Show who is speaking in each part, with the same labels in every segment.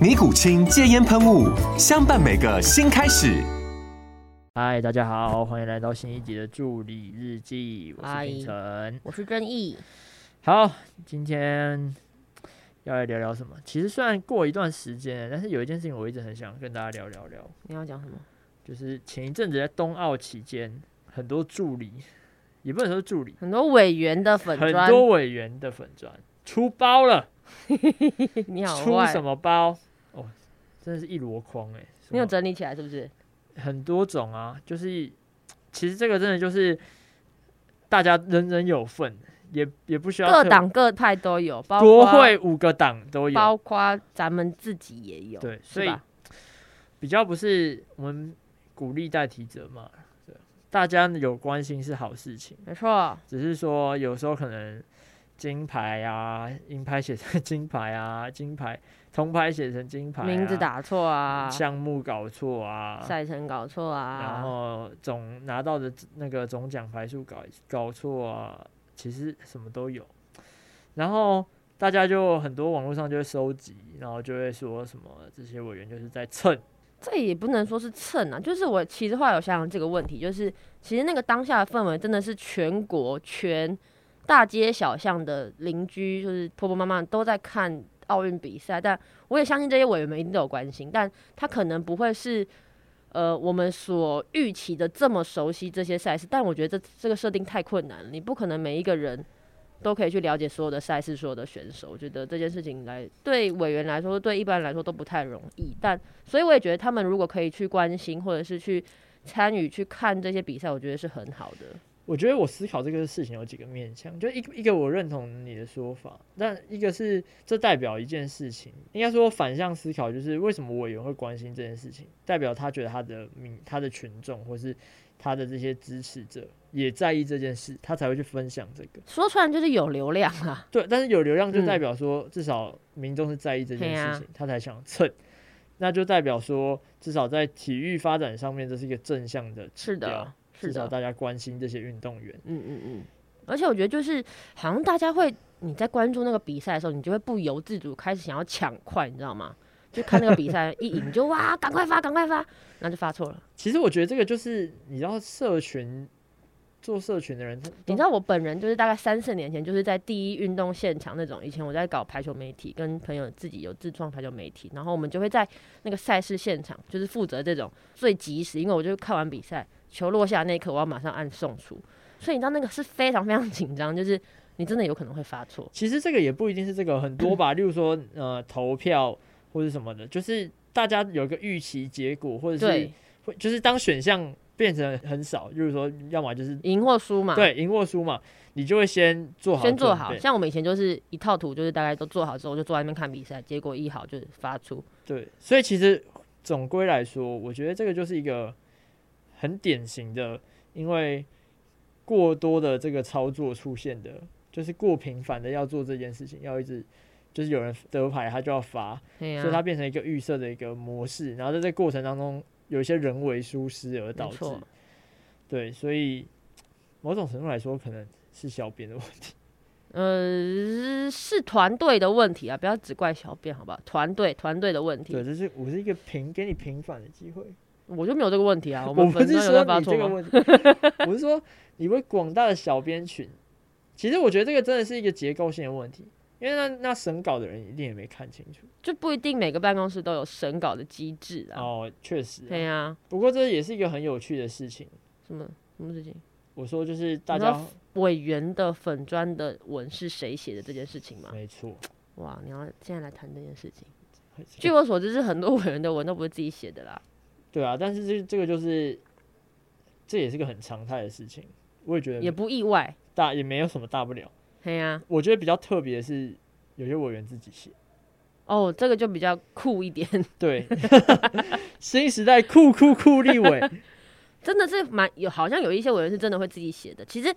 Speaker 1: 尼古清戒烟喷雾，相伴每个新开始。
Speaker 2: 嗨，大家好，欢迎来到新一集的助理日记，我是
Speaker 3: 嗨
Speaker 2: 平成。
Speaker 3: 我是正义，
Speaker 2: 好，今天要来聊聊什么？其实虽然过一段时间，但是有一件事情我一直很想跟大家聊聊聊，
Speaker 3: 你要讲什么？
Speaker 2: 就是前一阵子在冬奥期间，很多助理，也不能说助理，
Speaker 3: 很多委员的粉
Speaker 2: 很
Speaker 3: 砖，
Speaker 2: 多委员的粉砖出包了，
Speaker 3: 你好
Speaker 2: 出
Speaker 3: 坏
Speaker 2: 什，么包？哦，真的是一箩筐哎、
Speaker 3: 你有
Speaker 2: 什么
Speaker 3: 整理起来是不是？
Speaker 2: 很多种啊，就是其实这个真的就是大家人人有份，也也不需要
Speaker 3: 各
Speaker 2: 特
Speaker 3: 党各派都有，包
Speaker 2: 国
Speaker 3: 括
Speaker 2: 会五个党都有，
Speaker 3: 包括咱们自己也有，
Speaker 2: 对，
Speaker 3: 是
Speaker 2: 所以
Speaker 3: 吧
Speaker 2: 比较不是我们鼓励代替者嘛，对，大家有关心是好事情，
Speaker 3: 没错，
Speaker 2: 只是说有时候可能金牌啊，银牌写成金牌啊，金牌铜牌写成金牌、啊，
Speaker 3: 名字打错啊，
Speaker 2: 项目搞错啊，
Speaker 3: 赛程搞错
Speaker 2: 然
Speaker 3: 啊，
Speaker 2: 后总拿到的那个总奖牌数搞搞错啊，其实什么都有。然后大家就很多网络上就会收集，然后就会说什么这些委员就是在蹭，
Speaker 3: 这也不能说是蹭啊，就是我其实后来有想想这个问题，就是其实那个当下的氛围真的是全国全大街小巷的邻居，就是婆婆妈妈都在看奥运比赛，但我也相信这些委员们一定都有关心，但他可能不会是呃我们所预期的这么熟悉这些赛事，但我觉得这这个设定太困难了，你不可能每一个人都可以去了解所有的赛事、所有的选手，我觉得这件事情来对委员来说，对一般人来说都不太容易，但所以我也觉得他们如果可以去关心或者是去参与去看这些比赛，我觉得是很好的。
Speaker 2: 我觉得我思考这个事情有几个面向，就一个一个我认同你的说法，但一个是这代表一件事情，应该说反向思考，就是为什么委员会关心这件事情，代表他觉得他的民、他的群众或是他的这些支持者也在意这件事，他才会去分享这个。
Speaker 3: 说穿了就是有流量啊，
Speaker 2: 对，但是有流量就
Speaker 3: 嗯
Speaker 2: 代表说，至少民众是在意这件
Speaker 3: 嘿
Speaker 2: 事
Speaker 3: 啊
Speaker 2: 情，他才想蹭，那就代表说，至少在体育发展上面，这是一个正向的指
Speaker 3: 是
Speaker 2: 标
Speaker 3: 的，，啊是
Speaker 2: 至少
Speaker 3: 的，
Speaker 2: 大家关心这些运动员。
Speaker 3: 嗯嗯嗯。而且我觉得就是好像大家会你在关注那个比赛的时候，你就会不由自主开始想要抢快，你知道吗？就看那个比赛一赢就哇，赶快发，赶快发，然后就发错了。
Speaker 2: 其实我觉得这个就是你知道，社群做社群的人，他
Speaker 3: 你知道我本人就是大概三四年前，就是在第一运动现场那种。以前我在搞排球媒体，跟朋友自己有自创排球媒体，然后我们就会在那个赛事现场，就是负责这种最及时，因为我就看完比赛，球落下那一刻，我要马上按送出，所以你知道那个是非常非常紧张，就是你真的有可能会发错。
Speaker 2: 其实这个也不一定是这个，很多 吧，例如说呃投票或者什么的，就是大家有一个预期结果，或者是
Speaker 3: 对，
Speaker 2: 会就是当选项变成很少，例如说要么就是
Speaker 3: 赢或输嘛，，
Speaker 2: 对，赢或输嘛，你就会先做好，
Speaker 3: 先做好。。像我们以前就是一套图，就是大概都做好之后，就坐在那边看比赛，结果一好就是发出。
Speaker 2: 对，所以其实总归来说，我觉得这个就是一个很典型的，因为过多的这个操作出现的，就是过频繁的要做这件事情，要一直。就是有人得牌，他就要罚，
Speaker 3: 对啊呀、
Speaker 2: 所以它变成一个预设的一个模式，然后在这过程当中，有一些人为疏失而导
Speaker 3: 没
Speaker 2: 致
Speaker 3: 错。
Speaker 2: 对，所以某种程度来说，可能是小编的问题。
Speaker 3: 呃，是团队的问题啊，不要只怪小编，好不好？团队团队的问
Speaker 2: 对，
Speaker 3: 题，
Speaker 2: 这是我是一个平给你平反的机会。
Speaker 3: 我就没有这个问题啊。我
Speaker 2: 我
Speaker 3: 们
Speaker 2: 不
Speaker 3: 粉
Speaker 2: 是
Speaker 3: 丝有在
Speaker 2: 说
Speaker 3: 发
Speaker 2: 你
Speaker 3: 错
Speaker 2: 这个
Speaker 3: 吗？
Speaker 2: 问题， 我是说你为广大的小编群。其实我觉得这个真的是一个结构性的问题，因为那那审稿的人一定也没看清楚。
Speaker 3: 就不一定每个办公室都有审稿的机制啊。
Speaker 2: 哦，确实啊、
Speaker 3: 对呀、
Speaker 2: 不过这也是一个很有趣的事情，
Speaker 3: 什么什么事情？
Speaker 2: 我说就是大
Speaker 3: 你
Speaker 2: 家
Speaker 3: 说委员的粉砖的文是谁写的这件事情吗？
Speaker 2: 没错，
Speaker 3: 哇，你要现在来谈这件事情。据我所知，是很多委员的文都不是自己写的啦。
Speaker 2: 对啊，但是这这个就是这也是个很常态的事情，我也觉
Speaker 3: 也
Speaker 2: 得
Speaker 3: 不意外。
Speaker 2: 大也没有什么大不了。
Speaker 3: 嘿呀、
Speaker 2: 我觉得比较特别的是有些委员自己写，
Speaker 3: 哦，这个就比较酷一点，
Speaker 2: 对，新时代酷酷酷立委，
Speaker 3: 真的是蛮有，好像有一些委员是真的会自己写的，其实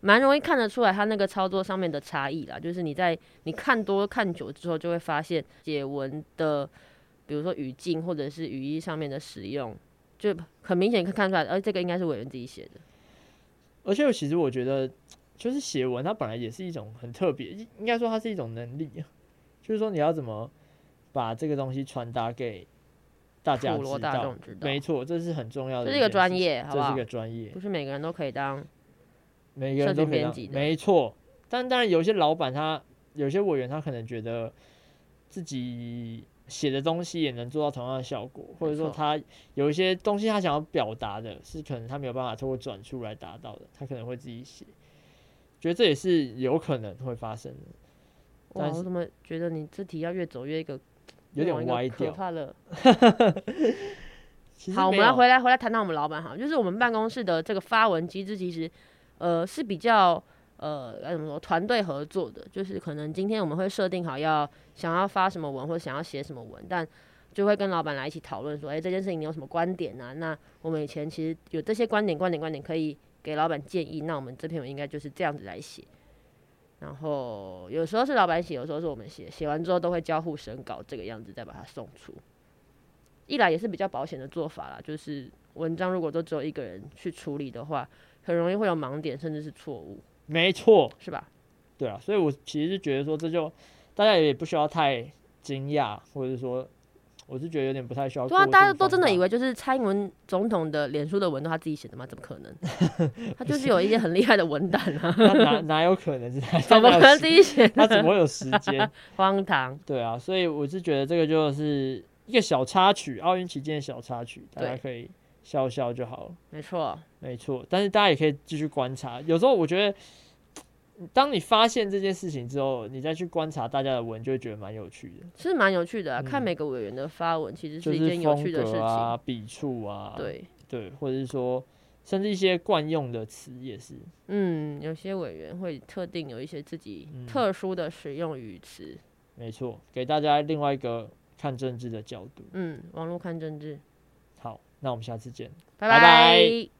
Speaker 3: 蛮容易看得出来他那个操作上面的差异啦。就是你在你看多看久之后，就会发现写文的，比如说语境或者是语义上面的使用，就很明显可以看出来，而、这个应该是委员自己写的。
Speaker 2: 而且其实我觉得就是写文它本来也是一种很特别，应应该说它是一种能力，啊就是说你要怎么把这个东西传达给大家
Speaker 3: 普罗
Speaker 2: 知
Speaker 3: 大
Speaker 2: 道
Speaker 3: 众，知道
Speaker 2: 没错，这是很重要的
Speaker 3: 这
Speaker 2: 件事情，
Speaker 3: 是一个专业好不
Speaker 2: 这
Speaker 3: 好
Speaker 2: 是一个专业，
Speaker 3: 不是每个人都可以当
Speaker 2: 每个人
Speaker 3: 社
Speaker 2: 都可
Speaker 3: 群
Speaker 2: 以
Speaker 3: 编
Speaker 2: 当
Speaker 3: 辑的
Speaker 2: 没错。但当然，有些老板他有些委员他可能觉得自己写的东西也能做到同样的效果，或者说
Speaker 3: 没错
Speaker 2: 他有一些东西他想要表达的是可能他没有办法通过转述来达到的，他可能会自己写。觉得这也是有可能会发生的，
Speaker 3: 哇，
Speaker 2: 但是
Speaker 3: 我怎么觉得你这题要越走越一个
Speaker 2: 有点
Speaker 3: 往一个
Speaker 2: 歪
Speaker 3: 可
Speaker 2: 掉。
Speaker 3: 怕的。
Speaker 2: 其实
Speaker 3: 好，我
Speaker 2: 没
Speaker 3: 们来
Speaker 2: 有
Speaker 3: 回来回来谈到我们老板哈，就是我们办公室的这个发文机制，其实呃是比较呃该怎么说团队合作的，就是可能今天我们会设定好要想要发什么文或者想要写什么文，但就会跟老板来一起讨论说，哎、这件事情你有什么观点啊？那我们以前其实有这些观点、观点、观点可以给老板建议，那我们这篇文应该就是这样子来写。然后有时候是老板写，有时候是我们写，写完之后都会交互审稿，这个样子再把它送出。一来也是比较保险的做法啦，就是文章如果都只有一个人去处理的话，很容易会有盲点，甚至是错误，
Speaker 2: 没错，
Speaker 3: 是吧？
Speaker 2: 对啊，所以我其实是觉得说，这就大家也不需要太惊讶，或者是说，我是觉得有点不太需要。
Speaker 3: 对啊，大家都真的以为就是蔡英文总统的脸书的文都他自己写的吗？怎么可能？他就是有一些很厉害的文档啊，
Speaker 2: 那 哪哪有可能是他？
Speaker 3: 怎么可能
Speaker 2: 他
Speaker 3: 自
Speaker 2: 哪有时
Speaker 3: 己写
Speaker 2: 他怎
Speaker 3: 的？
Speaker 2: 么会有时间？
Speaker 3: 荒唐！
Speaker 2: 对啊，所以我是觉得这个就是一个小插曲，奥运期间的小插曲，大
Speaker 3: 对
Speaker 2: 家可以笑笑就好了。
Speaker 3: 没错，
Speaker 2: 没错，但是大家也可以继续观察。有时候我觉得，当你发现这件事情之后，你再去观察大家的文，就会觉得蛮有趣的，
Speaker 3: 是蛮有趣的、啊，
Speaker 2: 嗯
Speaker 3: 看每个委员的发文，其实
Speaker 2: 就是
Speaker 3: 一件有趣
Speaker 2: 风
Speaker 3: 的
Speaker 2: 格
Speaker 3: 事情。
Speaker 2: 啊、笔触啊，
Speaker 3: 对，
Speaker 2: 对，或者是说，甚至一些惯用的词也是。
Speaker 3: 嗯，有些委员会特定有一些自己
Speaker 2: 嗯
Speaker 3: 特殊的使用语词。
Speaker 2: 没错，给大家另外一个看政治的角度。
Speaker 3: 嗯，网络看政治，
Speaker 2: 好，那我们下次见。
Speaker 3: 拜
Speaker 2: 拜拜
Speaker 3: 拜